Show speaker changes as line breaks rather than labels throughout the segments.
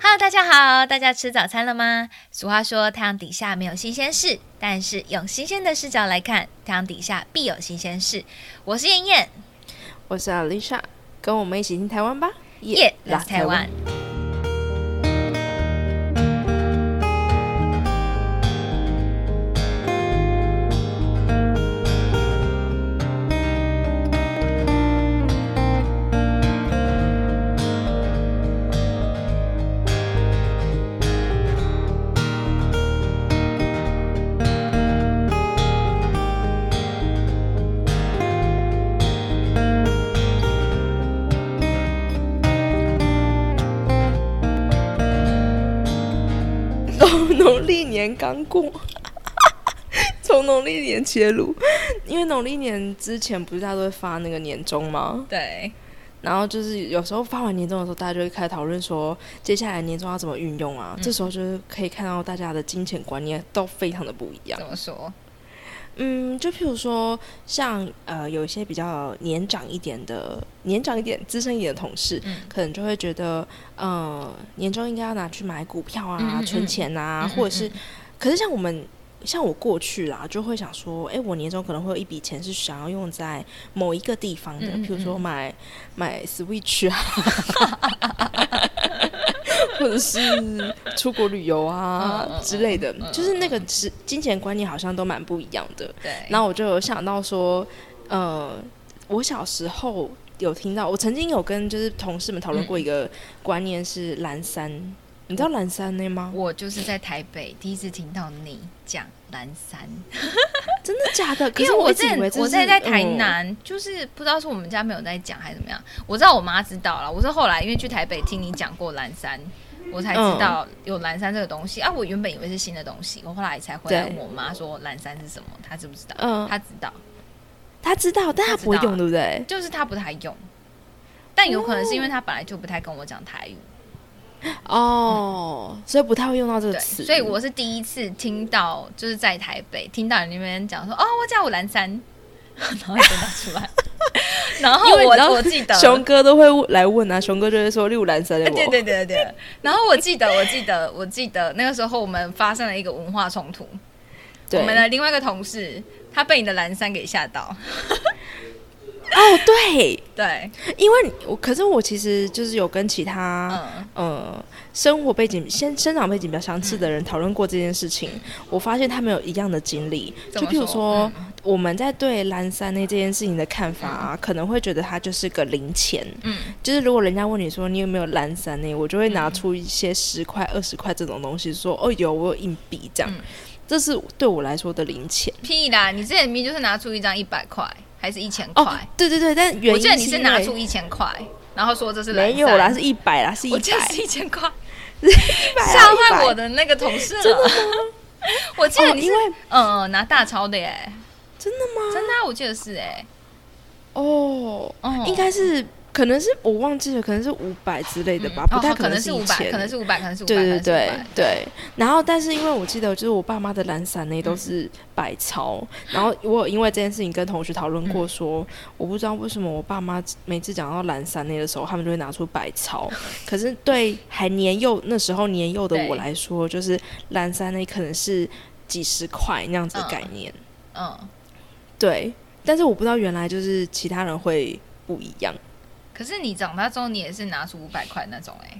Hello，大家好，大家吃早餐了吗？俗话说，太阳底下没有新鲜事，但是用新鲜的视角来看，太阳底下必有新鲜事。我是燕燕，
我是 Alicia，跟我们一起听台湾吧，
耶，来自台湾。
农 农历年刚过， 从农历年切入，因为农历年之前不是大家都会发那个年终吗？
对，
然后就是有时候发完年终的时候，大家就会开始讨论说接下来年终要怎么运用啊。这时候就是可以看到大家的金钱观念都非常的不一样
怎。么说？
嗯，就譬如说，像呃，有一些比较年长一点的、年长一点、资深一点的同事，
嗯
可能就会觉得，呃，年终应该要拿去买股票啊、
嗯嗯嗯
存钱啊，
嗯嗯
或者是，可是像我们。像我过去啦，就会想说，哎、我年终可能会有一笔钱是想要用在某一个地方的，
嗯嗯嗯
譬如说买买 Switch 啊， 或者是出国旅游啊
嗯嗯嗯
之类的，
嗯
就是那个是金钱观念好像都蛮不一样的。
对，
然后我就有想到说，呃，我小时候有听到，我曾经有跟就是同事们讨论
嗯
过一个观念是蓝山，你知道蓝山那吗？
我就是在台北第一次听到你讲蓝山，
真的假的？可
因
是
为
我一直
在
以为这
我
是
在在
嗯
台南，就是不知道是我们家没有在讲还是怎么样，我知道我妈知道了，我是后来因为去台北听你讲过蓝山。我才知
嗯
道有蓝山这个东西、啊！我原本以为是新的东西，我后来才回来
对
问我妈说蓝山是什么，她知不知道？
嗯
她知道，
他知道，但他不会
他知道
用，对不对？
就是她不太用，但有可能是因为她本来就不太跟我讲台语，
哦，所以不太会用到这个
嗯对，
词，
所以我是第一次听到，就是在台北听到人那边讲说，哦，我叫我蓝山， 然后就拿出来， 然后
因为你知道
我我记得，
熊哥都会来问啊，熊哥就会说六蓝山的我，
对对对对对，然后我记得我记得我记得那个时候我们发生了一个文化冲突，
对
我们的另外一个同事他被你的蓝山给吓到，
哦对，
对，
因为我可是我其实就是有跟其他
嗯，
呃，生活背景、先生长背景比较相似的人讨论过这件事情，我发现他们有一样的经历。
嗯
就
怎么
譬如说，
嗯
我们在对蓝山那这件事情的看法啊，可能会觉得它就是个零钱。
嗯，
就是如果人家问你说你有没有蓝山呢，我就会拿出一些十块、二十块这种东西说，哦，有，我有硬币这样。
嗯
这是对我来说的零钱
屁啦，你之前明明就是拿出一张一百块还是一千块，
哦，对对对，但原因
我记得你是
因
拿
为
出一千块，然后说这是蓝山
没有啦，是一百啦， 是一
我
百，哎
记得是一千块，
100啦
吓坏
100
我的那个同事了。 我记得
哦，
你
因
是
为
嗯、拿大钞的耶，
真的吗？
真的啊、我记得是哎，
哦，
哦
应该是可能是我忘记了，可能是五百之类的吧，
嗯
不太
哦可能
是
五
一
百，
千，
可能是五百，可能是五百，
对对
可能是
对
500
对。然后，但是因为我记得，就是我爸妈的蓝伞呢都
嗯
是百钞，然后我有因为这件事情跟同学讨论过说，
嗯
我不知道为什么我爸妈每次讲到蓝伞那的时候，他们就会拿出百 钞，可是对还年幼那时候年幼的
对
我来说，就是蓝伞那可能是几十块那样子的概念，
嗯。
对。但是我不知道原来就是其他人会不一样。
可是你长大之后，你也是拿出五百块那种哎、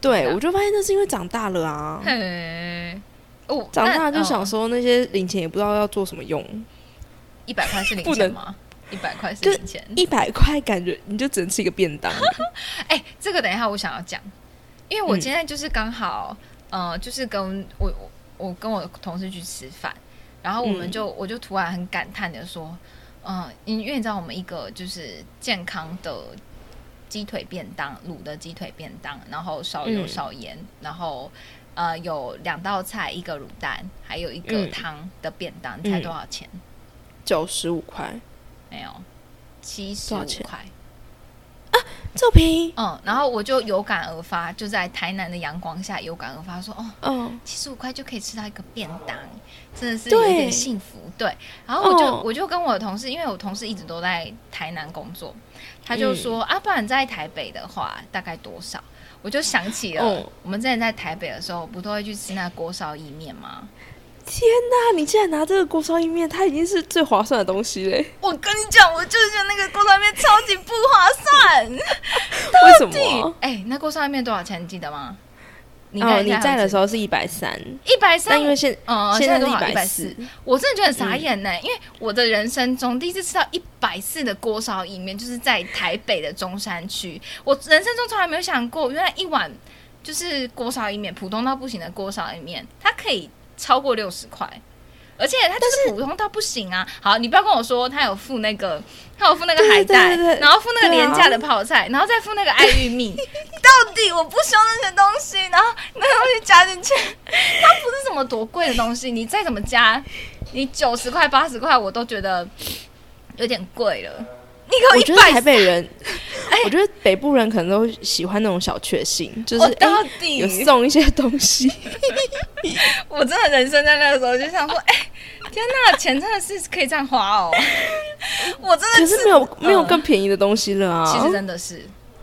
对，
啊
我就发现那是因为长大了 啊，
嘿，哦，
长大就想说那些零钱也不知道要做什么用，
嗯一百块是零
不
钱
能
吗？一百块是
就
零钱，
一百块感觉你就只能吃一个 便当。
哎、这个等一下我想要讲，因为我
嗯
今天就是刚好，呃，就是跟我我我跟我同事去吃饭，然后我们
嗯
就、我就突然很感叹的说，嗯、因因为你知道我们一个就是健康的鸡腿便当，卤的鸡腿便当，然后少油
嗯
少盐，然后呃有两道菜，一个卤蛋，还有一个
嗯
汤的便当，你猜
嗯
多少钱？
九十五块，
没有，七十
多
五
少钱
块。
这瓶，
嗯，然后我就有感而发，就在台南的阳光下有感而发说，哦，
嗯，
七十五块就可以吃到一个便当，真的是有
对
点幸福。对，然后我就、
哦
我就跟我的同事，因为我同事一直都在台南工作，他
嗯
就说、啊，不然在台北的话大概多少？我就想起了、
哦
我们之前在台北的时候，不都会去吃那锅烧意面吗？
天哪！你竟然拿这个锅烧意面，它已经是最划算的东西嘞，
我跟你讲，我就是觉得那个锅烧意面超级不划算。
为什
对
么？，啊
哎、那锅烧意面多少钱？你记得吗？你
哦，你在的时
候
候是一百三，
一百三，
但因为现
嗯
现
在
在是
多少
百嗯
140，我真的觉得很傻眼呢、因为我的人生中第一次吃到一百四的锅烧意面，就是在台北的中山区。我人生中从来没有想过，原来一碗就是锅烧意面，普通到不行的锅烧意面，它可以超过六十块。而且它就是普通到不行啊！好，你不要跟我说它有附那个，它有附那个海带，
对对对对啊
然后附那个
对啊
廉价的泡菜，然后再附那个爱玉蜜。到底我不需要那些东西，然后那个东西加进去，它不是什么多贵的东西，你再怎么加，你九十块、八十块，我都觉得有点贵了。你给
我
一
觉得
百哎
台，北人，我觉得北部人可能都喜欢那种小确幸，就是
我
哎、
到
有
底，
送一些东 西。
我真的人生在那个时候就想 说，哎、天哪，钱真的是可以这样花哦！我真
可
的
是没有没有
嗯
更便宜的东西了啊！
其实真的是。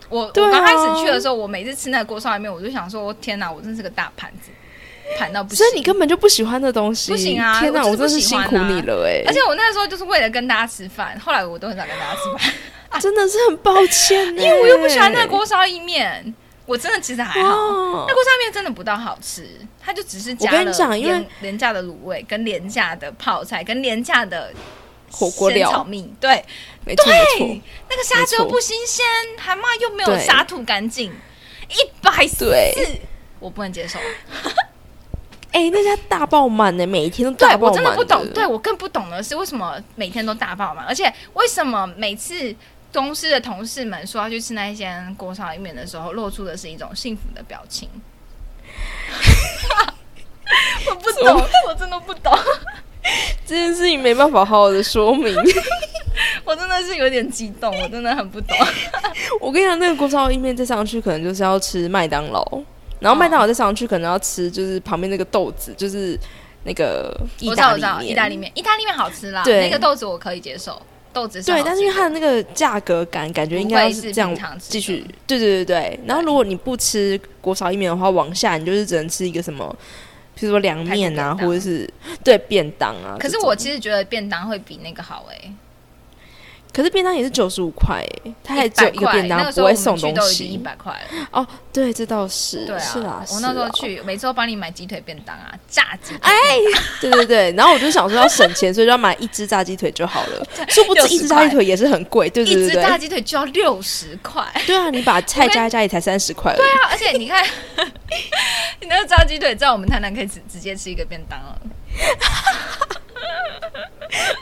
我、
对啊
我刚开始去的时候，我每次吃那个锅烧里面，我就想说，天哪，我真是个大盘子，盘到不行
所。以你根本就不喜欢这东西。
不行啊
天
我
我
就是不
真是
喜
辛
欢啊
苦你了哎、
而且我那时候就是为了跟大家吃饭，后来我都很少跟大家吃 饭，
真的是很抱歉、
啊
欸
因为我又不喜欢那个锅烧意面。我真的其实还好，
哇
那锅烧意面真的不到好吃，它就只是加
我跟你
了
讲因为
廉廉价的卤味、跟廉价的泡菜、跟廉价的
火锅料
鲜炒蜜，对
没错没
对，那个虾子又
没错
不新鲜，蛤蟆又没有
对
杀吐干净，一百
错，
四，
对，
我不能接受。
哎、那家大爆满呢、每天都
对
大爆
我
满。
真的不懂，对，我更不懂的是为什么每天都大爆满，而且为什么每次公司的同事们说要去吃那一间锅烧意面的时候，露出的是一种幸福的表情。 我不懂，我真的不懂，
这件事情没办法好好的说 明。
我真的是有点激动，我真的很不懂。
我跟你讲，那个锅烧意面再上去，可能就是要吃麦当劳，
哦
然后麦当劳再上去，可能要吃就是旁边那个豆子，就是那个意
我知道，我
大利
知道，
面。
意大利面，意大利面好吃啦，
对
那个豆子我可以接受，豆子
对，但是因为
它
它的那个价格感，感觉应该要这样继续。对对对对。然后如果你不吃锅烧意面的话，往下你就是只能吃一个什么，比如说凉面啊，
排骨便当
或者是对便当啊。
可是
这种
我其实觉得便当会比那个好哎、欸，
可是便当也是九十五块欸，它还只有一
100
个
块
便
那
当
个，时
不
候我
会
们
送
去
东
都已经一
西。
百块了。
哦，对，这倒是，
对啊，
是啦，
我那时候
是啦。
去，每次都帮你买鸡腿便当啊，炸鸡。
哎，对对对，然后我就想说要省钱，所以就要买一只炸鸡腿就好 了。殊不知一只炸鸡腿也是很贵，对对
一
对
只大
对。
鸡腿就要六十 块，
对啊，你把菜加一加也才三十块而已。
对啊，而且你看，你那个炸鸡腿在我们台南可以直直接吃一个便当哦了。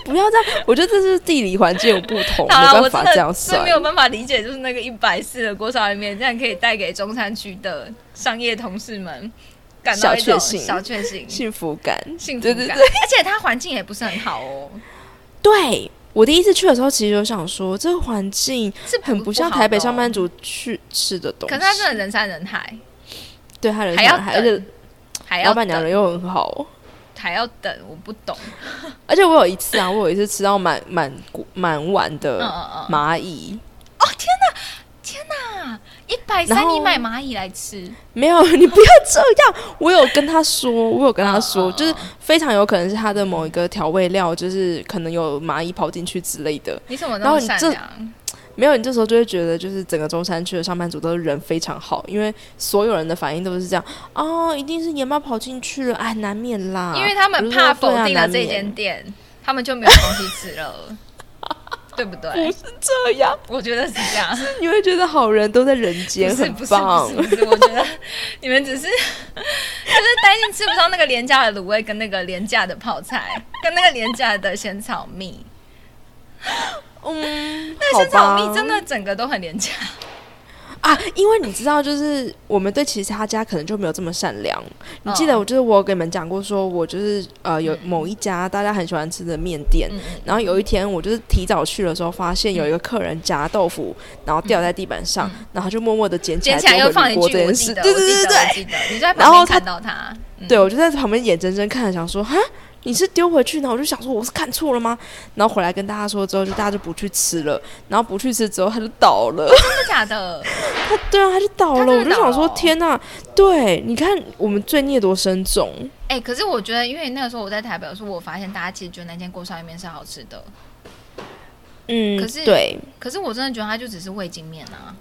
不要这样，我觉得这是地理环境有不哦同，没
好啊啦，我
办
真
法这
的
样
最
算
没。有办法理解，就是那个一百四的锅烧意面，竟然可以带给中山区的商业同事们感到一种
小确幸
小确 幸、
幸福感，
幸福
对
感，
对对
而且它环境也不是很好哦，
对。我第一次去的时候，其实就想说，这个环境
是
很
不
不像台北上班
族。
族去吃的东
可
西。
是它真的人山人海，
对他人
还要
上海而且
等还要
老板娘人
等，
又很好。
还要等，我不懂。
而且我有一次啊，我有一次吃到满满满碗
嗯
的
嗯嗯，
蚂蚁，
一百
然
三
后
你买蚂蚁来吃，
没有，你不要这样。我有跟他说，我有跟他
嗯
说，
嗯
就是非常有可能是他的某一个调味料，就是可能有蚂蚁跑进去之类的。
你怎么那
然
么
后你
善
这
良？
没有，你这时候就会觉得，就是整个中山区的上班族都是人非常好，因为所有人的反应都是这样，哦，一定是野猫跑进去了，哎，难免啦。
因为他们
我就说
怕否定了这。
对啊难
间
免
店，他们就没有东西吃 了，对不对？
这样
我觉得是这样，
你会觉得好人都在人
不
间，
是
很
不是
棒
不。是不是，我觉得你们只是就是担心吃不到那个廉价的卤味，跟那个廉价的泡菜，跟那个廉价的鲜草蜜。
嗯，
那
好
鲜草
嗯吧
蜜真的整个都很廉价，
啊，因为你知道，就是我们对其他家可能就没有这么善良。你
嗯
记得
哦
我就是我有给你们讲过，说我就是呃有某一家大家很喜欢吃的面店，
嗯
然后有一天我就是提早去的时候，发现有一个客人夹豆腐，然后掉在地板上，然后他就默默的捡起
嗯捡
来
起来
丢
又
回
放
铝
进去，我
锅这件
记
事。
得，
对
我
对
记得，
对
嗯
对
我，记得，你就在
然
旁
后
边
他
看到他，嗯
对，我就在旁边眼睁睁看着，想说哈，你是丢回去呢？我就想说我是看错了吗？然后回来跟大家说之后，就大家就不去吃了，然后不去吃之后他就倒了，
真的假的？
他对啊，他就倒
他
了，
真的
我就想
倒
说
了哦
天呐、对，你看我们罪孽多深重，
哎、可是我觉得，因为那个时候我在台北的时候，我发现大家其实觉得那间锅烧意面是好吃的，
嗯
可是
对，
可是我真的觉得它就只是味精面啊。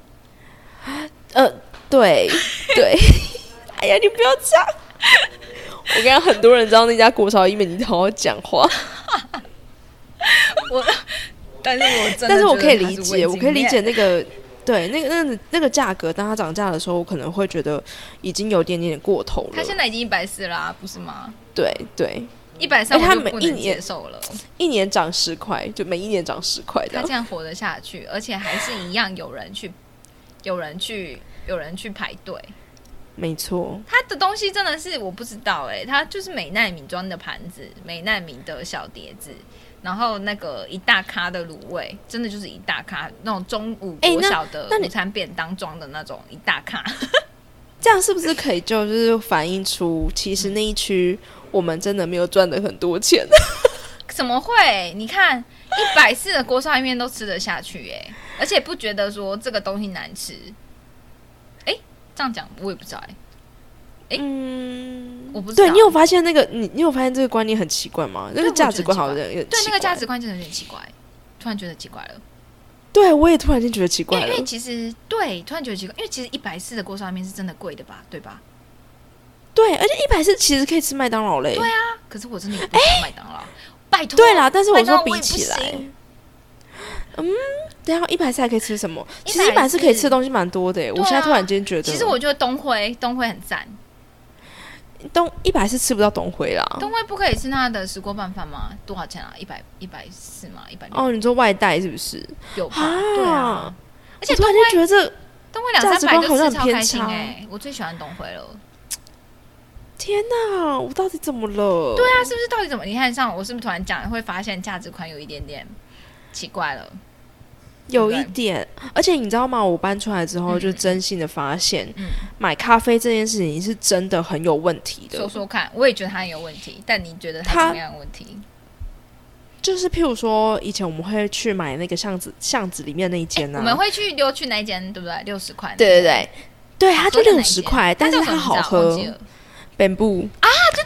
呃， 对对，哎呀，你不要这样。我跟很多人知道那家国潮意面，你好好讲话。
但是我真的，
但是我可以理解，我可以理解。那个对那个那个那个价格，当它涨价的时候，我可能会觉得已经有点点过头
它
了。
现在已经一百四啦，不是吗？
对对，
一百三
哎它
我就
每
不
一
能
年
接受了。
一年涨十块，就每一年涨十块这
他
样
这。样活得下去，而且还是一样有人去，有人去，有人去排队。
没错，
他的东西真的是我不知道哎、他就是美奈米装的盘子，美奈米的小碟子，然后那个一大咖的卤味，真的就是一大咖那种中午
哎
国
那
小的
那
午
你
餐便当装的那种一大咖。
这样是不是可以就是反映出，其实那一区我们真的没有赚的很多钱？
怎么会？你看一百四的锅烧意面都吃得下去哎、而且不觉得说这个东西难吃。哎、这样讲我也不知道哎、
嗯，
我不知道。
对你有发现那个你你有发现这个观念很奇怪吗？那
对
个
我
价
觉
值
得
观
奇
好像
怪
有点
对
奇
那个价
怪
值观真的有点奇怪，突然觉得奇怪了。
对我也突然间觉得奇
因
怪
为因
了
为。其实对，突然觉得奇怪，因为其实一百四的锅烧面是真的贵的吧，对吧？
对，而且一百四其实可以吃麦当劳嘞。
对啊，可是我真的也不想麦当劳，拜托。
哎对啦，但是
麦
我
当
说
劳
比
也不
起来
行，
嗯，等一下一百四还可以吃什么？其实一百
140
四可以吃的东西蛮多的耶、欸我
对
现在突
啊
然间觉得，
其实我觉得东辉东辉很赞，
东一百四吃不到东辉啦。
东辉不可以吃那的石锅拌饭吗？多少钱啊？一百一百四吗？一百六
哦，你说外带是不是？
有吧？
啊
对啊，而且
我突
东
然
辉
间觉得这
东辉两
价值
三百就
观好
吃
像
超
偏
开心
差
哎、我最喜欢东辉了。
天哪、我到底怎么了？
对啊，是不是到底怎么？你看上我是不是突然讲会发现价值观有一点点奇怪了？
有
对
一
不对
点，而且你知道吗？我搬出来之后，就真心的发现，
嗯
买咖啡这件事情是真的很有问题的。
说说看，我也觉得他很有问题，但你觉得他
他
怎么样有问题？
就是譬如说，以前我们会去买那个巷子巷子里面那一间啊呢、
我们会去溜去那一间，对不对？六十块，
对对对，对，它就
喝的哪
六
一
十
间
块，但是
叫什
它
么
好
名字啊忘
喝
记了嗯
，bamboo。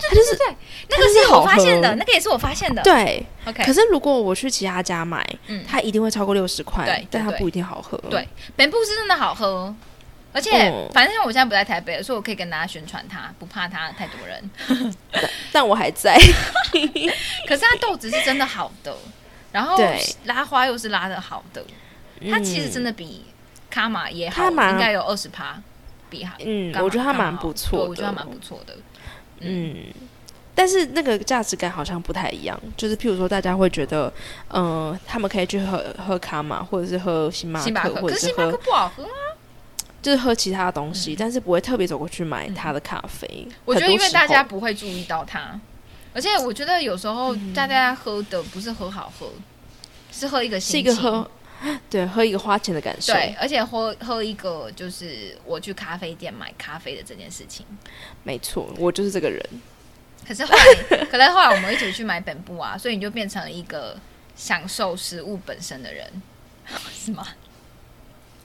对对对，那个
它就是是
我
好
发现的，
喝
那个也是我发现的。
对，
，OK，
可是如果我去其他家买，
嗯，
它一定会超过六十块
对，
但它
对
不一定好喝。
对本部是真的好喝，而且
嗯
反正我现在不在台北，所以我可以跟大家宣传它，不怕它太多 人。
但我还在。
可是它豆子是真的好的，然后
对嗯
拉花又是拉的好的，它其实真
的，
的比卡玛也好，
卡玛
应该有二十趴比好。
嗯
卡，玛
我觉得它
卡玛
蛮
好
不错的，
对我觉得它蛮不错的。
嗯。但是那个价值感好像不太一样，就是譬如说，大家会觉得，嗯、他们可以去喝喝卡玛，或者是喝星巴克，
星巴克，
或
可
者
是
是
星巴克
喝
不好喝啊。
就是喝其他的东西，但是不会特别走过去买他的咖啡。
我觉得
很多
因为
时
大家
候
不会注意到它，而且我觉得有时候
嗯
大家喝的不是喝好喝，是喝一个
是一
心
个
情。
喝，对，喝一个花钱的感受，
对，而且喝喝一个就是我去咖啡店买咖啡的这件事情。
没错，我就是这个人。
可是后来， 可能后来我们一起去买本部啊，所以你就变成了一个享受食物本身的人， 是吗？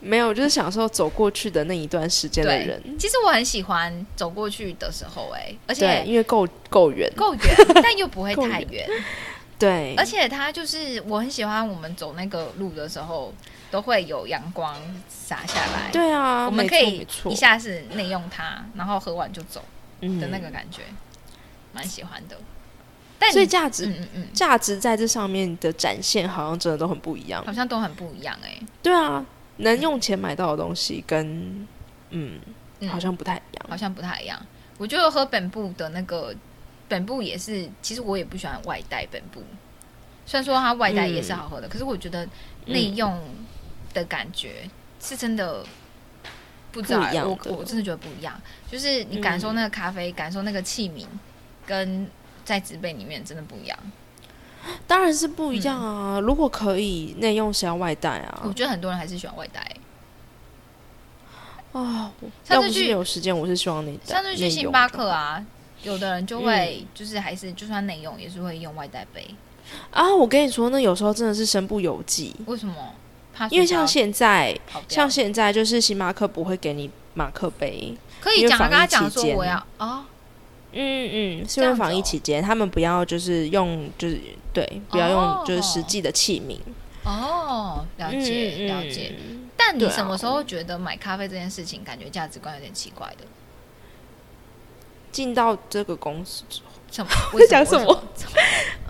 没有，就是享受走过去的那一段时间的
对
人。，
其实我很喜欢走过去的时候、欸，哎，而
对，
且
因为够够远。
够 远，但又不会
够
太
远
远，
对，
而且它就是我很喜欢我们走那个路的时候，都会有阳光洒下来。，
对啊，
我们
没
可
错
以
没错
一下是内用它，然后喝完就走
嗯
的那个，感觉，蛮、喜欢的。但
所以
你
价值、
嗯嗯嗯，
价值在这上面的展现，好像真的都很不一样
好。像都很不一样哎、
对啊，能用钱买到的东西跟嗯
嗯
好像不太一样。
好像不太一样。我觉得喝本部的那个本部也是，其实我也不喜欢外带本部，虽然说它外带也
嗯
是好喝的，可是我觉得内用的感觉是真的不知道
不一
欸，
样
我
的
我真的觉得不一样，就是你感受那个咖啡，感受那个器皿，跟在纸杯里面真的不一样。嗯
当然是不一样啊。如果可以内用，谁要外带啊
我？觉得很多人还是喜欢外带欸。
啊，我
上
要不
次
是
去
有时间，我是希望你带
上次去
内
星
用
巴
的
克啊，有的人就会
嗯
就是还是就算内用也是会用外带杯，
啊，我跟你说，那有时候真的是身不由己，
为什么？怕
因为
塑胶
像现在，
跑掉
像现在就是星巴克不会给你马克杯，
可
因
以
为
讲啊
防疫
跟他讲
期
说
间
我要哦，
嗯嗯，是
这
因为
样
防
子
疫
哦
期间，他们不要就是用就是对，不要用就是实
哦
际的器皿，
哦，了解、
嗯
了解。。但你
对啊
什么时候觉得买咖啡这件事情感觉价值观有点奇怪的？
进到这个公司之后，
什 么？为
讲
什
什么？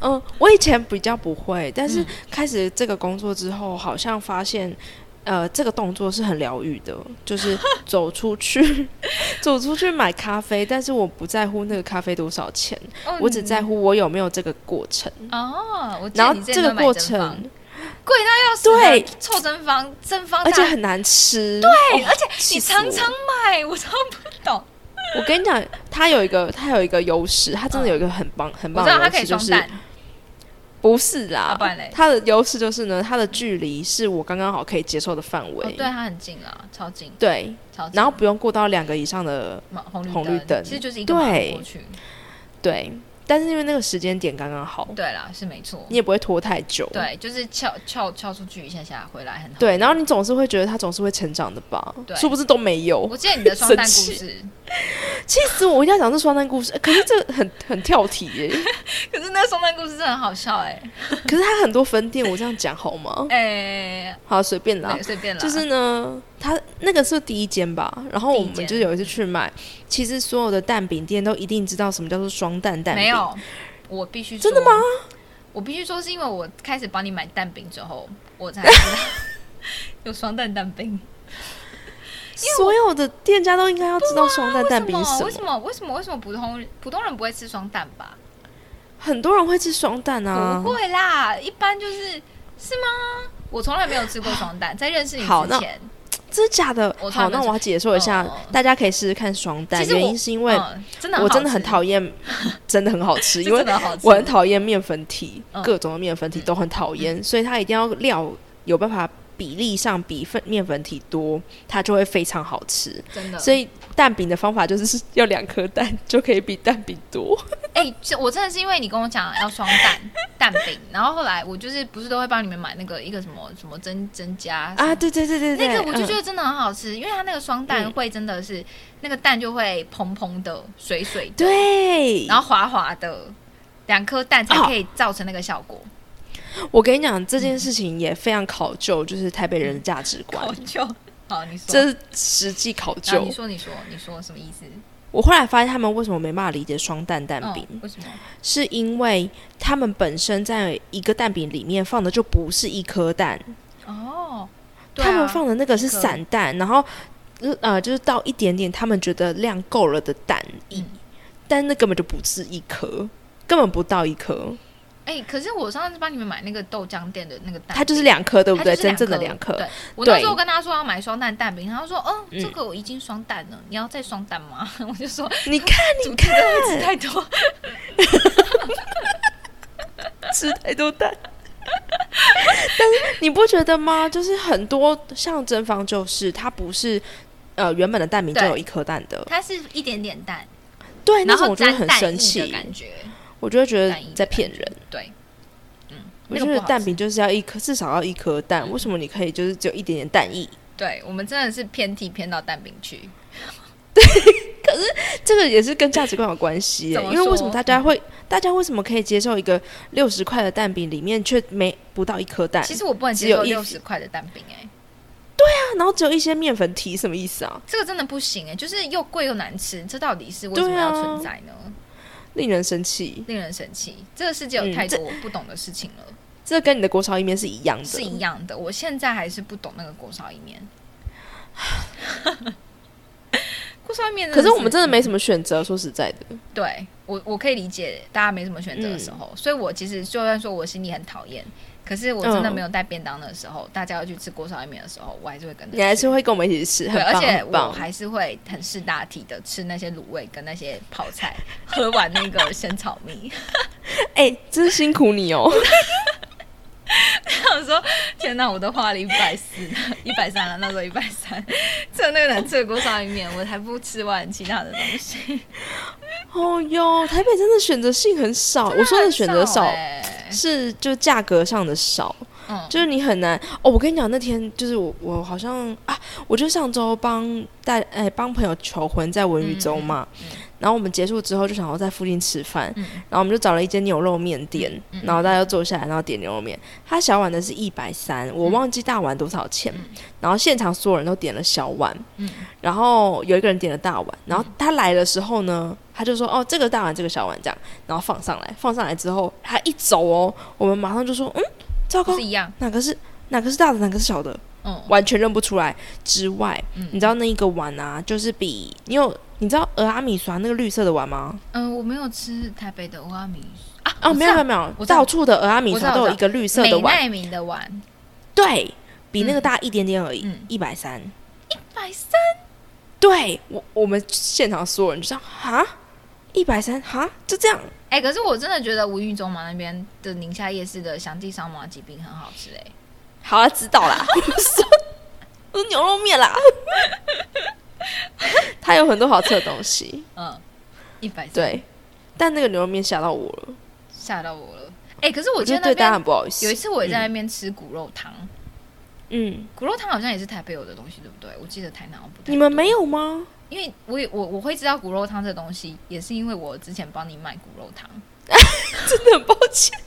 嗯，我以前比较不会，但是
嗯
开始这个工作之后，好像发现。呃，这个动作是很疗愈的，就是 走出去，走出去买咖啡，但是我不在乎那个咖啡多少钱，
哦
我只
你
在乎我有没有这个过程。
哦，我记
然
得你
后
之前
这个
都买
过
正方哦
程，
贵到要死，
对，
臭正方，正方
而且
大
很难吃，哦对，而且
你常常卖，我超不懂。
我跟你讲，它有一个它有一个优势，它真的有一个很棒、很
我
棒
知
的
道它
优
可以
势，就
装
是
蛋，
不是
啊
啦
不然嘞，
它的优势就是呢，它的距离是我刚刚好可以接受的范围，
哦，对，它很近啊，超近，
对
超近。
然后不用过到两个以上的
马红绿
红绿灯
其实就是一个马路过去。
对，但是因为那个时间点刚刚好，
对啦，是没错
你。也不会拖太久，
哦对，就是翘翘翘出去一下下，回来很好。
对，然后你总是会觉得它总是会成长的吧，
对
殊不知都没有
我，记得 你的双蛋故事，
气死我！我一定要讲这双蛋故事，呃可是这很很跳题 耶，
可是那个双蛋故事真的很好笑哎、
可是它很多分店，我这样讲好吗？
哎、
好，随便啦
对，，随便啦，
嗯就是呢，它那个是第一间吧，然后我们
第一间
就是有一次去买，其实所有的蛋饼店都一定知道什么叫做双蛋蛋饼，
没有，我必须
真的
吗？我必须说是因为我开始帮你买蛋饼之后，我 才知道有双蛋蛋饼。
所有的店家都应该要知道双蛋蛋饼
啊为
是
什
什
么？为什么？为
么，
什么？为什么普通普通人不会吃双蛋吧？
很多人会吃双蛋啊
不。会啦，一般就是是吗？我从来没有吃过双蛋，在认识你
好
之
那
前，
真的假的
我？从来
好，
没有
那我要解说一下
哦，
大家可以试试看双蛋。
其实我
原因是因为
嗯、真的
我真的很
厌，
讨厌，真的很好吃，
是
因为
真的好吃
我很讨厌面粉体
嗯，
各种的面粉体都很讨厌，所以它一定要料有办法比例上比粉面粉体多，它就会非常好吃。
真的。
所以蛋饼的方法就是要两颗蛋就可以比蛋饼多。
哎、这我真的是因为你跟我讲要双蛋蛋饼，然后后来我就是不是都会帮你们买那个一个什么什么增增加什么
啊，对对对对对，嗯
那个我就觉
得、
得真的很好吃，因为它那个双蛋会真的是、那个蛋就会蓬蓬的、水水的，
对。
然后滑滑的，两颗蛋才可以造成那个效果。
我跟你讲这件事情也非常考究，就是台北人的价值观，
我就好，你说，
这是实际考
然后
究
你。说你说你说什么意思？
我后来发现他们为什么没办法理解双蛋蛋饼，
嗯、为什么？
是因为他们本身在一个蛋饼里面放的就不是一颗蛋，
哦，对啊
他们放的那个是
一颗
散蛋，然后呃呃就是到一点点他们觉得量够了的蛋，一、
嗯
但那根本就不是一颗，根本不到一颗，
哎、可是我上次帮你们买那个豆浆店的那个蛋，
它就是两颗，对不
它
对？
就是
真正的
两
两
颗。
颗，
对，我那
对
时候跟他说要买双蛋蛋饼，他说：“哦，
嗯
这个我已经双蛋了，你要再双蛋吗？” 我就说
你看：“
主题会不会吃太多
吃太多蛋。 但是你不觉得吗？就是很多像蒸方就是它不是呃原本的蛋饼就
对
有一颗蛋的？”，
它是一点点蛋，
对，哎那
然
种
后
我就会
沾
很
蛋
生
液的
气，
感觉，
我就会觉得
蛋液的
在骗人。
对，嗯，
我
那
觉
个不
得
好
蛋
吃
饼就是要一颗，至少要一颗
嗯
蛋。为什么你可以就是只有一点点蛋液？
对我们真的是偏题偏到蛋饼去，
这个也是跟价值观有关系耶、
怎么
因为
说
为什么大家会，大家为什么可以接受一个六十块的蛋饼里面却没不到一颗蛋？
其实我不能
哎只
接
有
受
一
六十块的蛋饼、哎，
啊然后只有一些面粉体，什么意思啊？
这个真的不行哎、就是又贵又难吃，这到底是为什么
对啊
要存在呢？
令人生气。
令人生气。这个世界有
嗯
太
这嗯
多我不懂的事情了，
这跟你的国潮意面是一样的，
是一样的。我现在还是不懂那个锅烧意面。锅烧意面真的，
可是我们真的没什么选择。说实在的，嗯
对我我可以理解大家没什么选择的时候，所以我其实就算说我心里很讨厌，可是我
嗯
真的没有带便当的时候，大家要去吃锅烧意面的时候，我还是会跟着
你还是会跟我们一起吃，
对，
很
而
棒
且
很
我
棒
还是会很识大体的吃那些卤味跟那些泡菜，喝完那个生炒蜜。
哎、真是辛苦你 哦。
想说，天哪，我都花了一百四、一百三了，那时候一百三， 吃了那个难吃的锅烧意面，我才不吃完其他的东西。
哦哟，台北真的选择性很少。哦哎我说的选择少
很欸
是就价格上的少，
嗯，
就是你很难哦。我跟你讲，那天就是我我好像啊，我就上周帮带哎帮朋友求婚在文宇州嘛，
嗯嗯
然后我们结束之后就想要在附近吃饭，
嗯
然后我们就找了一间牛肉面店，
嗯嗯
然后大家就坐下来，然后点牛肉面。他小碗的是一百三，
嗯
我忘记大碗多少钱，然后现场所有人都点了小碗，
嗯
然后有一个人点了大碗，然后他来的时候呢，他就说哦这个大碗这个小碗这样，然后放上来，放上来之后他一走哦，我们马上就说嗯糟糕
不是，一样，
哪个是哪个是大的，哪个是小的，
嗯，
完全认不出来。之外，
嗯
你知道那一个碗啊，就是比你有你知道俄阿米刷那个绿色的碗吗？
嗯，我没有吃台北的乌拉米啊，
哦，
我知
没
道
有没有没有，
我知道
到处的俄阿米
我知
刷
道
都
我
有
知
一个绿色的
美
碗，
奈明的碗，
对比那
嗯
个大一点点而已
嗯，
一百三。
百三，
对我我们现场所有人就这样哈，一百三哈，就这样。
哎、可是我真的觉得吴运中马那边的宁夏夜市的祥记烧麻鸡饼很好吃、哎，
好啊，知道 啦，我说我说牛肉面 啦。它有很多好吃的东西，
嗯，一百三，
对，但那个牛肉面吓到我了，
吓到我了，哎、可是我
我
记
觉
得
得
那
对大家
边
很不好意嗯
有一
思。
次我也在那边吃骨肉汤。
嗯，
骨肉汤好像也是台北有的东西，对不对？我记得台南我不太。
你们没有 吗？
因为我也我我会知道骨肉汤这东西，也是因为我之前帮你买骨肉汤。
真的很抱歉，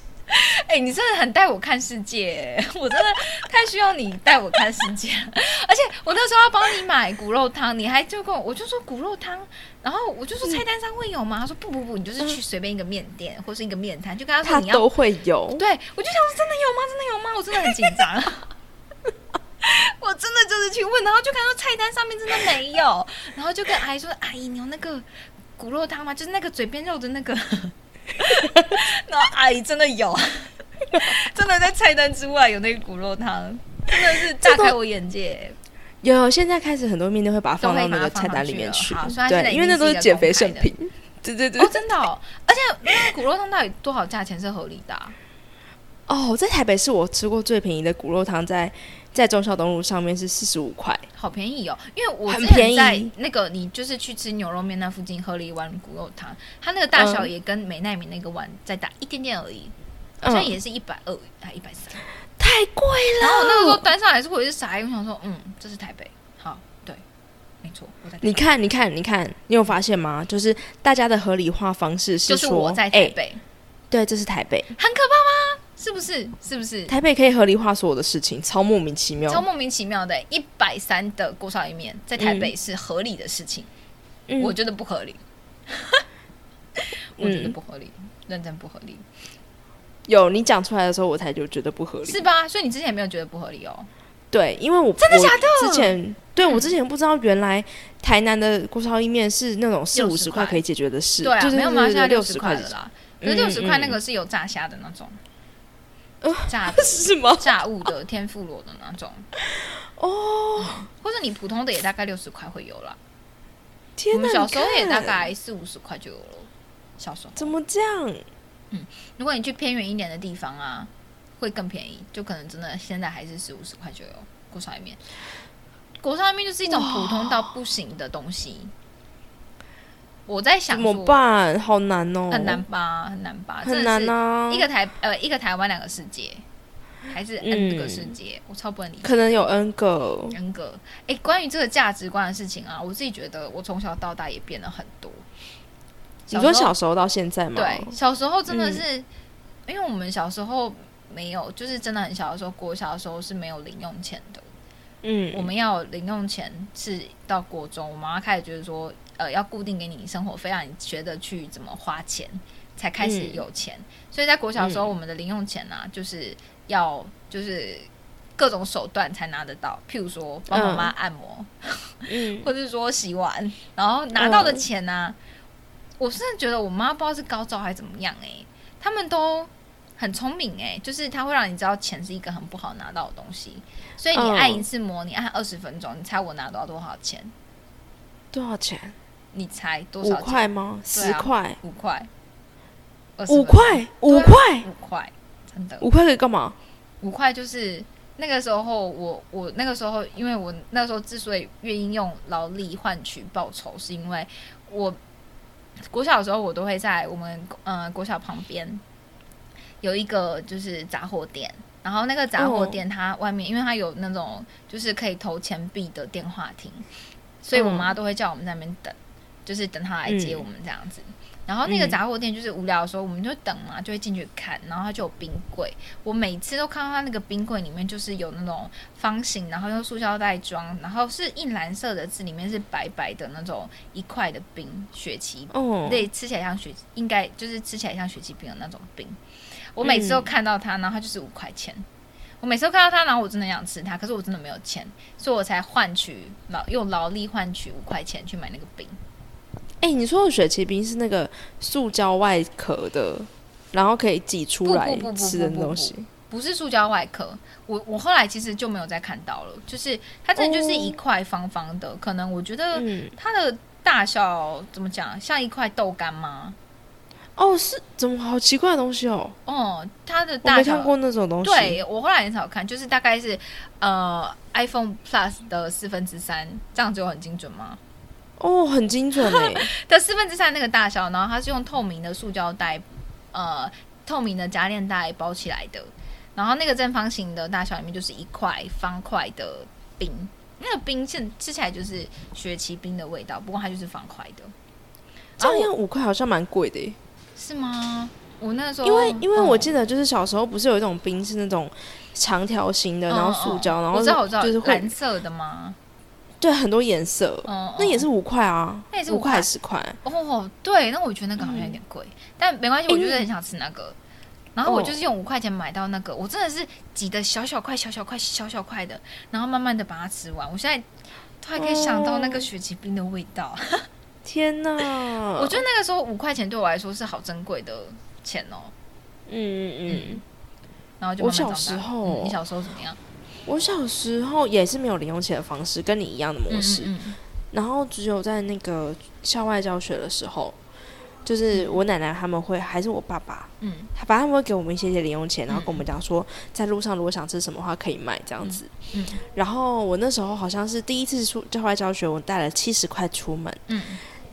哎、你真的很带我看世界， 我真的太需要你带我看世界 了。而且我那时候要帮你买骨肉汤，你还就跟我，我就说骨肉汤，然后我就说菜单上会有吗？他说不不不，你就是去随便一个面店或是一个面摊，就跟他说
它
你要
都会有。
对，我就想说真的有吗？真的有吗？我真的很紧张。 我真的就是去问，然后就看到菜单上面真的没有，然后就跟阿姨说：“阿姨，你有那个骨肉汤吗？就是那个嘴边肉的那个。” 然后阿姨真的有， 真的在菜单之外有那个骨肉汤，真的是大开我眼界。
有有，现在开始很多面店会把它放到
都会把它
那个菜单里面去啊
放上去了好所以它，现在
对，
已
因为那都
经是一个
减肥圣
公开
品。对对对
哦，，真的、哦，而且那个骨肉汤到底多少价钱是合理的啊、
哦，在台北是我吃过最便宜的骨肉汤，在在忠孝东路上面是四十五块，
好便宜哦，因为我
很
之前
便
在
宜
那个你就是去吃牛肉面那附近喝了一碗骨肉汤，它那个大小也跟美奈米那个碗再大一点点而已，好像
嗯嗯哦
也是一百二还一百三。
太贵
然后我那个时候
了。
端上来是我是傻眼，我想说，嗯，这是台北，好，对，没错，我在台北
你看，你看，你看，你有发现吗？就是大家的合理化方式
就是是
说，
我在
哎
台北，
对，这是台北，
很可怕吗？是不是？是不是？
台北可以合理化所有的事情，超莫名其妙。
超莫名其妙的，一百三的锅烧意面在台北是合理的事情，
嗯
我觉得不合理， 我觉得不合
嗯
理，认真不合理。
有你讲出来的时候，我才就觉得不合理。
是吧？所以你之前也没有觉得不合理哦。
对，因为我
真的
我
假的嗯
之前对我之前不知道，原来台南的锅烧意面是那种四五
60
十块可以解决的事，
对啊，
就是
没有嘛，现在
六
六
十
十
块
块
的
的啦。可
嗯
是六十块
嗯
那个是有炸虾的那种，
呃
炸
是什么？
炸物的天妇罗的那种， 嗯
哦，
或者你普通的也大概六十块会有啦。我
天哪！
们小时候
你看
也大概四五十块就有了。小时候，
怎么这样？
如果你去偏远一点的地方啊，会更便宜，就可能真的现在还是四五十块就有锅烧意面。锅烧意面就是一种普通到不行的东西。我在想
怎
说
么办？好难哦，
很难，吧，很难吧，
很难
啊！
啊。
一个台呃一个台湾两个世界，还是 N
嗯
个世界，我超不能理解。
可能有 N 个，
人格，哎、关于这个价值观的事情啊，我自己觉得我从小到大也变了很多。
你说
时候
小时候到现在吗？嗯
对，小时候真的是，因为我们小时候没有，就是真的很小的时候，国小的时候是没有零用钱的，
嗯，
我们要零用钱是到国中，我妈开始觉得说，呃，要固定给你生活费，啊让你学着去怎么花钱，才开始有钱。所以在国小的时候，
嗯
我们的零用钱呢、就是要就是各种手段才拿得到，譬如说帮妈妈按摩，
嗯，
或者说洗碗，然后
哦
拿到的钱啊欸呢、我真的觉得我妈不知道是高招还是怎么样哎、他们都很聪明哎、就是它会让你知道钱是一个很不好拿到的东西，所以你
嗯
按一次模，你按二十分钟，你猜我拿到多少钱？
多少钱？
你猜多
五
少钱？
块吗？
对
十
啊
块？
五块，20
五
分钟，
块？
对
五
啊
块？
五块，真的
五块可以干嘛？
五块就是那个时候我我那个时候，因为我那时候之所以愿意用劳力换取报酬，是因为我国小的时候我都会在我们呃国小旁边有一个就是杂货店。然后那个杂货店，它外面、因为它有那种就是可以投钱币的电话亭，所以我
嗯
妈都会叫我们在那边等，就是等她来接
嗯
我们这样子。然后那个
嗯
杂货店就是无聊的时候，我们就等嘛，就会进去看，然后它就有冰柜，我每次都看到它那个冰柜里面就是有那种方形，然后用塑胶袋装，然后是印蓝色的字，里面是白白的那种一块的冰，雪琪
哦，
对，吃起来像雪，应该就是吃起来像雪琪冰的那种冰。我每次都
嗯
看到它，然后它就是五块钱。我每次都看到它，然后我真的很想吃它，可是我真的没有钱，所以我才换取劳用劳力换取五块钱去买那个冰。
哎、你说的雪奇冰是那个塑胶外壳的，然后可以挤出来
不不不不
吃的那
不不
东西。
不是塑胶外壳，我我后来其实就没有再看到了，就是它真的就是一
哦
块方方的，可能我觉得
嗯，
它的大小怎么讲，像一块豆干吗？
哦，是怎么好奇怪的东西哦？
哦、它的
我
大
没
小
看过那种东西。，
对我后来很少看，就是大概是呃 iPhone Plus 的四分之三，这样就很精准吗？
哦，很精准 哎、
的四分之三那个大小，然后它是用透明的塑胶袋，呃，透明的夹链袋包起来的，然后那个正方形的大小里面就是一块方块的冰，那个冰现吃起来就是雪奇冰的味道，不过它就是方块的，啊
这样五块好像蛮贵的、欸，
是吗？我那时候嗯
因为因为我记
得、
得就是小时候不是有一种冰是那种长条形的，
嗯
然后塑胶，
嗯嗯
然
我知道
后
我知道
就是
蓝
会
色的吗？
对很多颜色，
嗯，嗯
那也是五块啊，
那也是
五
5块
块十块。
哦，对，那我觉得那个好像有点贵，但没关系，
嗯诶
我就
那
是很想吃那个。然后我
哦
就是用五块钱买到那个，我真的是挤的小小块、小小块、小小块的，然后慢慢的把它吃完。我现在突然可以想到那个
哦嗯
雪奇冰的味道，
天哪！
我觉得那个时候五块钱对我来说是好珍贵的钱哦。
嗯嗯嗯，
然后就
我
慢慢长
小
大
时候
嗯你小时候怎么样？
我小时候也是没有零用钱的方式，跟你一样的模式。
嗯嗯
然后只有在那个校外教学的时候，就是我奶奶他们会，还是我爸爸，
嗯嗯
他爸他们会给我们一些些零用钱，然后
嗯
跟我们讲说，在路上如果想吃什么的话可以买这样子。
嗯
然后我那时候好像是第一次出校外教学，我带了七十块出门，
嗯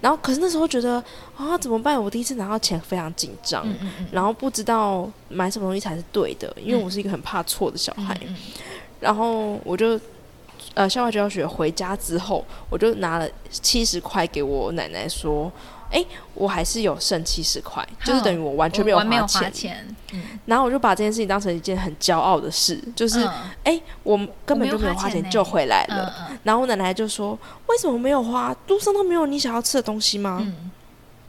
然后可是那时候觉得啊怎么办？我第一次拿到钱非常紧张。
嗯嗯嗯，
然后不知道买什么东西才是对的，因
嗯
为我是一个很怕错的小孩。
嗯嗯
然后我就呃校外教学回家之后，我就拿了七十块给我奶奶说。哎，我还是有剩七十块，就是等于我完全没有
我没
花
有
钱。
花钱，嗯，
然后我就把这件事情当成一件很骄傲的事，就是
嗯
哎、我根本就
我没有
没有花
花钱
钱
呢
就回来了。
嗯嗯
然后我奶奶就说：“为什么没有花？路上都没有你想要吃的东西吗？”
嗯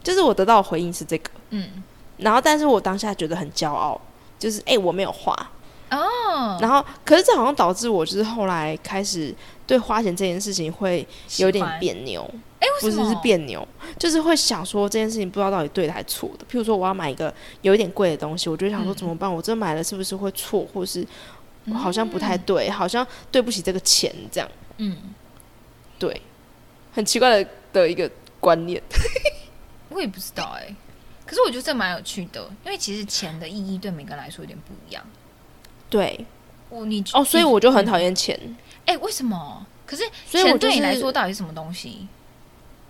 就是我得到的回应是这个。
嗯
然后，但是我当下觉得很骄傲，就是哎、我没有花。
哦，
然后，可是这好像导致我就是后来开始对花钱这件事情会有点
喜欢
别扭，
哎，
不
为
是
什么
是别扭，就是会想说这件事情不知道到底对的还错的。譬如说我要买一个有一点贵的东西，我就会想说
嗯
怎么办？我这买了是不是会错，或是
嗯
好像不太对，好像对不起这个钱这样，
嗯。
对，很奇怪的的一个观念。
我也不知道哎、可是我觉得这蛮有趣的，因为其实钱的意义对每个人来说有点不一样。
对，
我你
哦，所以
你
我就很讨厌钱，
哎、为什么？可是
所以我
钱
就
对你来
是
说到底是什么东西？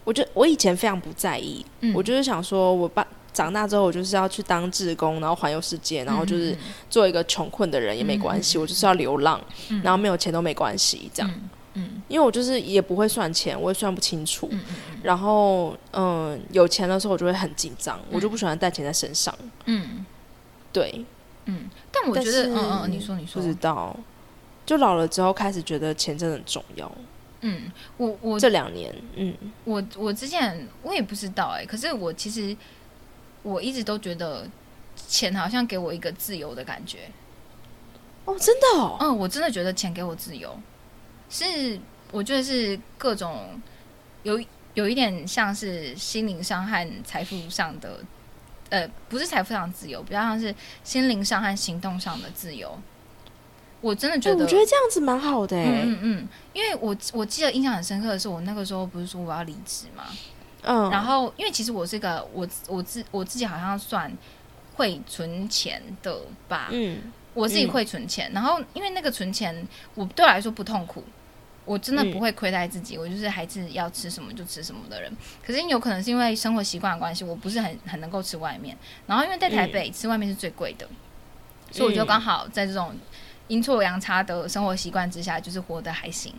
我就我以前非常不在意，
嗯
我就是想说我爸。长大之后，我就是要去当志工，然后环游世界，然后就是
嗯嗯
做一个穷困的人也没关系，我就是要流浪，
嗯
然后没有钱都没关系，这样，
嗯
因为我就是也不会算钱，我也算不清楚。
嗯嗯
然后，嗯，有钱的时候我就会很紧张，我就不喜欢带钱在身上。
嗯
对，
嗯，但我
但
觉得
是
嗯嗯，你说你说
不，知道，就老了之后开始觉得钱真的很重要。
嗯，我我
这两年，嗯，
我我之前我也不知道哎、可是我其实我一直都觉得钱好像给我一个自由的感觉。
哦，真的哦，
嗯，我真的觉得钱给我自由，是我觉得是各种有有一点像是心灵上和财富上的呃，不是财富上的自由，比较像是心灵上和行动上的自由。哦我真的觉
哎
得，
我觉得这样子蛮好的、欸，
嗯嗯嗯，因为我我记得印象很深刻的是，我那个时候不是说我要离职嘛，
嗯，
然后因为其实我是个我我自我自己好像算会存钱的吧，
嗯，
我自己
嗯
会存钱，然后因为那个存钱，我对我来说不痛苦，我真的
嗯
不会亏待自己，我就是还是要吃什么就吃什么的人。可是有可能是因为生活习惯的关系，我不是很很能够吃外面，然后因为在台北、吃外面是最贵的，所以我就
嗯
刚好在这种阴错阳差的生活习惯之下，就是活得还行。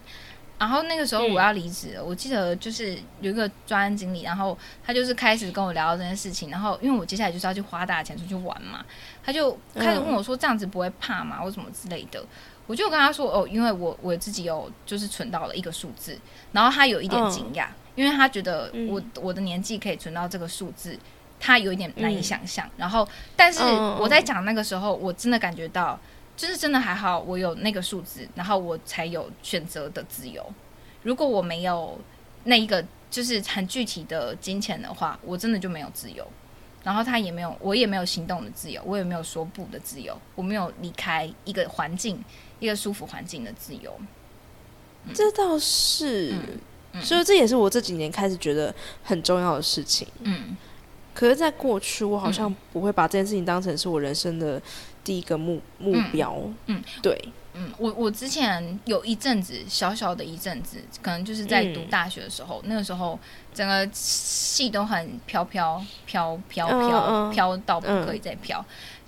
然后那个时候
嗯
我要离职了，我记得就是有一个专案经理，然后他就是开始跟我聊这件事情，然后因为我接下来就是要去花大钱出去玩嘛，他就开始问我说这样子不会怕吗，或什么之类的。我就跟他说哦，因为我我自己有就是存到了一个数字，然后他有一点
嗯
惊讶，因为他觉得
嗯
我、我的年纪可以存到这个数字，他有一点难以想象。然后，但是
嗯嗯嗯
我在讲那个时候，我真的感觉到，就是真的还好，我有那个数字，然后我才有选择的自由。如果我没有那一个就是很具体的金钱的话，我真的就没有自由。然后他也没有，我也没有行动的自由，我也没有说不的自由，我没有离开一个环境，一个舒服环境的自由。
这倒是，
嗯嗯
所以这也是我这几年开始觉得很重要的事情。
嗯
可是，在过去，我好像不会把这件事情当成是我人生的第一个目目标。
嗯
对，
嗯，我我之前有一阵子小小的一阵子，可能就是在读
嗯
大学的时候，那个时候整个戏都很飘飘飘飘
嗯
飘
嗯
飘到不可以再飘。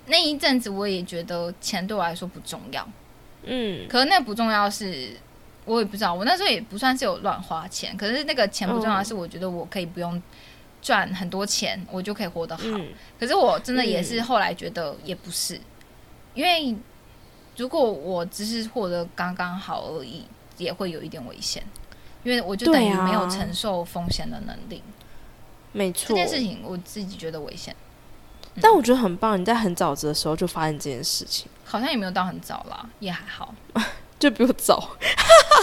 那一阵子我也觉得钱对我来说不重要，
嗯
可是那不重要是，我也不知道，我那时候也不算是有乱花钱，可是那个钱不重要
嗯
是，我觉得我可以不用赚很多钱，我就可以活得好。
嗯
可是我真的也是
嗯
后来觉得也不是，因为如果我只是获得刚刚好而已，也会有一点危险，因为我就等于
对啊
没有承受风险的能力。
没
这
错。
件事情我自己觉得危险，
但我觉得很棒，你在很早的时候就发现这件事情，
好像也没有到很早啦，也还好，
就比我早，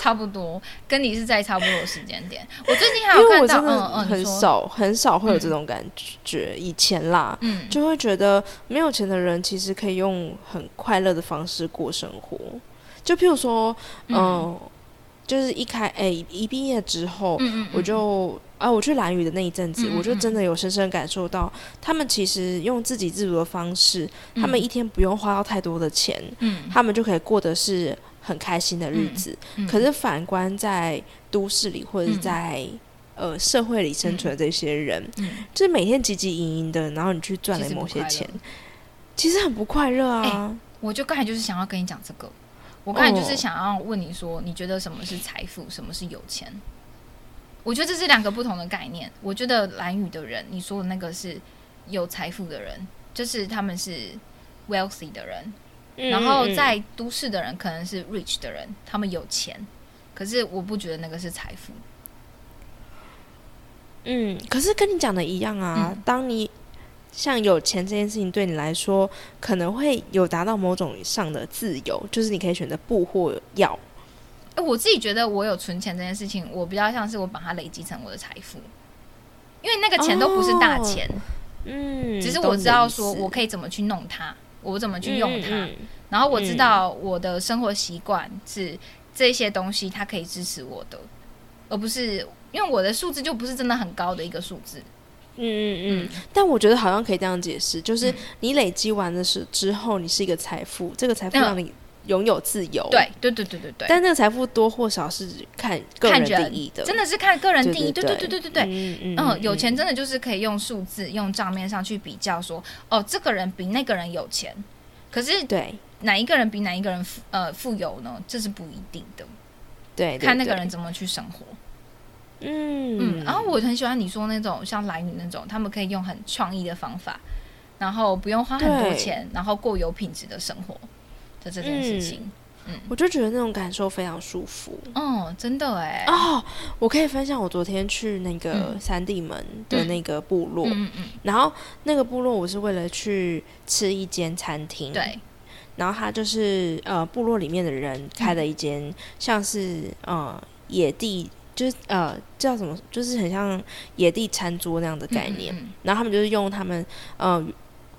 差不多跟你是在差不多的时间点。我最近还
因
有
为
看
我
到，
真
嗯
的
嗯，你
很
说，
少、很少会有这种感觉。以前啦，
嗯，
就会觉得没有钱的人其实可以用很快乐的方式过生活。就譬如说，
嗯
嗯、就是一开诶、一毕业之后，
嗯嗯，
我就啊，我去蓝屿的那一阵子，
嗯嗯
我就真的有深深感受到，他们其实用自给自足的方式，
嗯
他们一天不用花到太多的钱，
嗯，
他们就可以过的是很开心的日子。
嗯
可是反观在都市里或者是
嗯
在、呃，社会里生存的这些人，
嗯
就是每天汲汲营营的，然后你去赚了
其实不
某些
快乐
钱，其实很不快乐啊。
我就刚才就是想要跟你讲这个，我刚才就是
哦
想要问你说，你觉得什么是财富，什么是有钱？我觉得这是两个不同的概念。我觉得蓝宇的人，你说的那个是有财富的人，就是他们是 wealthy 的人，
嗯
哎然后在
嗯
都市的人可能是 rich 的人，他们有钱，可是我不觉得那个是财富。
嗯可是跟你讲的一样啊，
嗯
当你像有钱这件事情对你来说，可能会有达到某种上的自由，就是你可以选择不或要。
哎，我自己觉得我有存钱这件事情，我比较像是我把它累积成我的财富，因为那个钱都不是大
哦
钱。
嗯，
只是我知道说
懂你的意思
我可以怎么去弄它，我怎么去用它，
嗯嗯
然后我知道我的生活习惯是这些东西它可以支持我的，而不是因为我的数字就不是真的很高的一个数字。
嗯嗯嗯，但我觉得好像可以这样解释，
嗯
就是你累积完的是之后，你是一个财富，这个财富
嗯
让你拥有自由。
对对对对对对，
哦但那个财富多或少是看个
看
人
人
定义的，
真的是看个人定义。对
对
对对
对
对对对。
嗯嗯
嗯，有钱真的就是可以用数字、用账面上去比较说哦，这个人比那个人有钱，可是
对
哪一个人比哪一个人富呃富有呢？这是不一定的，
对，对
看那个
对
人怎么去生活。
嗯
嗯，然后我很喜欢你说那种像蓝宇那种，他们可以用很创意的方法，然后不用花很多
对
钱，然后过有品质的生活的这件事情。
我就觉得那种感受非常舒服
嗯，真的哎、
哦。我可以分享我昨天去那个
嗯
三地门的那个部落，
嗯嗯嗯，
然后那个部落我是为了去吃一间餐厅，，
对，
然后他就是呃部落里面的人开了一间像是呃野地。就是呃叫什么，就是很像野地餐桌那样的概念。
嗯
然后他们就是用他们呃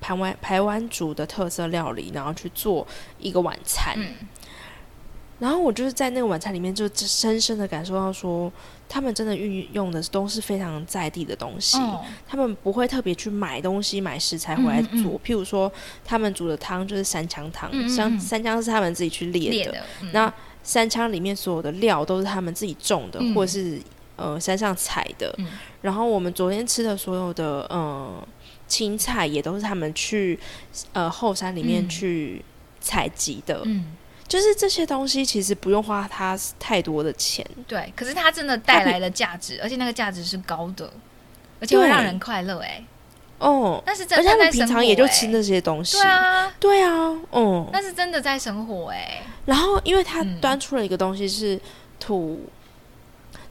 台湾台湾族的特色料理，然后去做一个晚餐。
嗯嗯
然后我就是在那个晚餐里面，就深深的感受到说，他们真的运用的都是非常在地的东西。
哦
他们不会特别去买东西、买食材回来
嗯嗯嗯
煮。譬如说，他们煮的汤就是三枪汤，
嗯嗯嗯
像三枪是他们自己去猎的，
裂的，嗯
那三枪里面所有的料都是他们自己种的，
嗯
或者是呃山上采的。
嗯
然后我们昨天吃的所有的呃青菜也都是他们去呃后山里面
嗯
去采集的，
嗯
就是这些东西其实不用花他太多的钱。
对，可是它真的带来了价值，而且那个价值是高的，而且会
对
让人快乐哎。
哦，
但是真
而
的
且他们
在
平
生活
常也就
欸
吃那些东西。
对啊，
对啊，哦、
那是真的在生活哎。
然后因为他
嗯
端出了一个东西是土、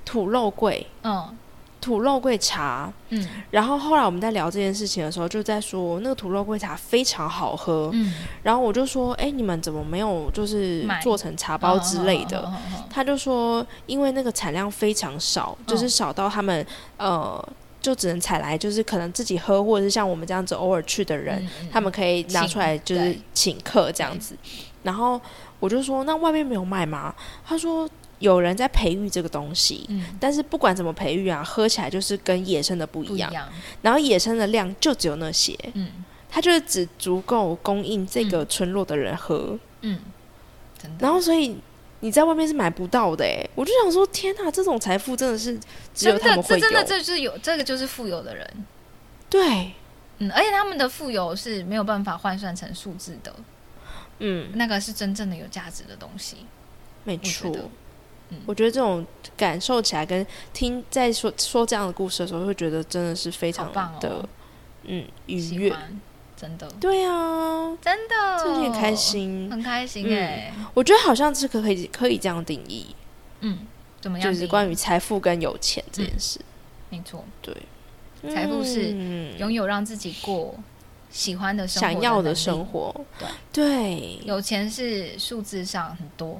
土肉桂、
嗯
土肉桂茶，
嗯
然后后来我们在聊这件事情的时候，就在说那个土肉桂茶非常好喝。
嗯，
然后我就说：“哎，你们怎么没有就是
买
做成茶包之类的？”
嗯，嗯嗯嗯
他就说：“因为那个产量非常少，就是少到他们、呃，就只能采来，就是可能自己喝，或者是像我们这样子偶尔去的人，
嗯嗯
他们可以拿出来
请
就是
对
请客这样子。然后我就说，那外面没有卖吗？他说有人在培育这个东西。
嗯
但是不管怎么培育啊，喝起来就是跟野生的不
不
一
一
样。
样，
然后野生的量就只有那些，
嗯
它就是只足够供应这个村落的人喝。
嗯，真的。
然后所以你在外面是买不到的哎，我就想说，天哪，这种财富真的是只有
真
他
的，
们
这
会有
真。的这就是有这个就是富有的人，
对，
嗯，而且他们的富有是没有办法换算成数字的，
嗯，
那个是真正的有价值的东西。
没
觉
错
得。嗯
我觉得这种感受起来跟听在说说这样的故事的时候，会觉得真的是非常
好棒哦
的、嗯愉
喜
悦。
欢，真的，
对啊，
真的，
这有点开，心。
很开心
嗯
哎、
我觉得好像是可可以可以这样定义，
嗯，怎么样？
就是关于财富跟有钱这件事。
没错，
对，
嗯财富是
嗯
拥有让自己过喜欢的生活
想
的
要
能
的
力
生，活。对，
有钱是数字上很多，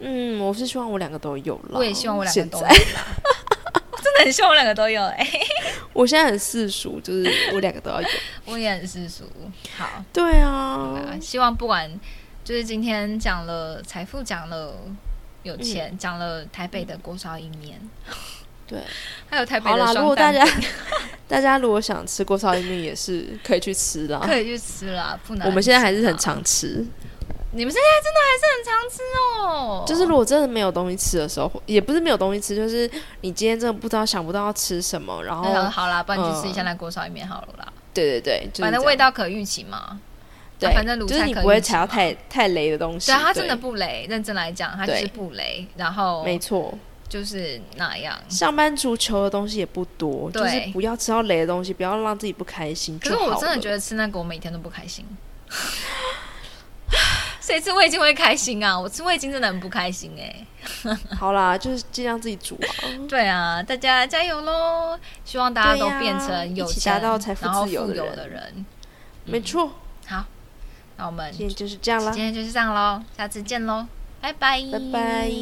嗯，我是希望我两个都有了。
我也希望我两个
现
都有
在
啦。真的很希望我两个都有哎、
我现在很世俗，就是我两个都 要有。
我也很世俗。好，
对啊，
对啊希望不管就是今天讲了财富，讲了有钱，
嗯
讲了台北的锅烧意面，
对，
还有台北
好
的
啦，如
双
果大
蛋
家 大家如果想吃锅烧意面，也是可以去吃 啦。
可以去吃啊啦，不难。
我们现在还是很，常吃，
你们现在真的还是很常吃哦。
就是如果真的没有东西吃的时候，也不是没有东西吃，就是你今天真的不知道想不到要吃什么，然
那想说
后
啊好啦，不然你去吃一下那锅烧意面好了啦，
对对对，就是这
反
样
正味道可预期嘛。
对，
啊反正卤菜
就是你
可以
不会
吃
踩到
嘛
太太雷的东西。
对啊，它真的不雷，认真来讲，它就是
对
不雷，然后
没错，
嗯就是那样。
上班族求的东西也不多，就是
对
不要吃到雷的东西，不要让自己不开心
可
就是好
我真的觉
得，
得吃那个，我每天都不开心。 谁吃味精会开心啊？我吃味精真的很不开心哎、
好啦，就是尽量自己煮啊。
对啊，大家加油喽！希望大家
对
都
呀
变成有
一起
钱，
达到财富
然后
自由
富
的
有
人
的人。
没错，
好，那我们
今天就是这样啦
今，天就是这样喽，下次见喽，拜拜，
拜拜。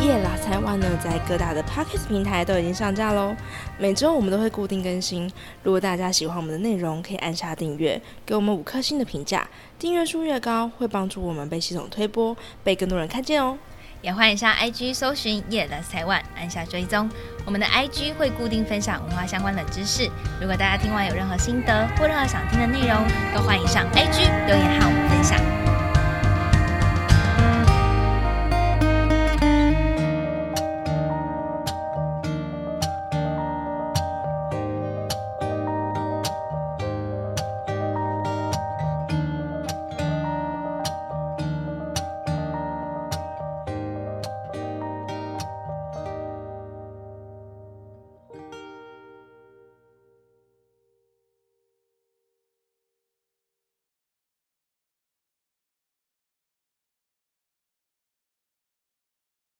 夜啦台湾呢，在各大的 Podcast 平台都已经上架喽。每周我们都会固定更新。如果大家喜欢我们的内容，可以按下订阅，给我们五颗星的评价。订阅数越高，会帮助我们被系统推播，被更多人看见哦。
也欢迎下 IG 搜寻夜的台湾，按下追踪。我们的 IG 会固定分享文化相关的知识。如果大家听完有任何心得或任何想听的内容，都欢迎上 IG 留言和我们分享。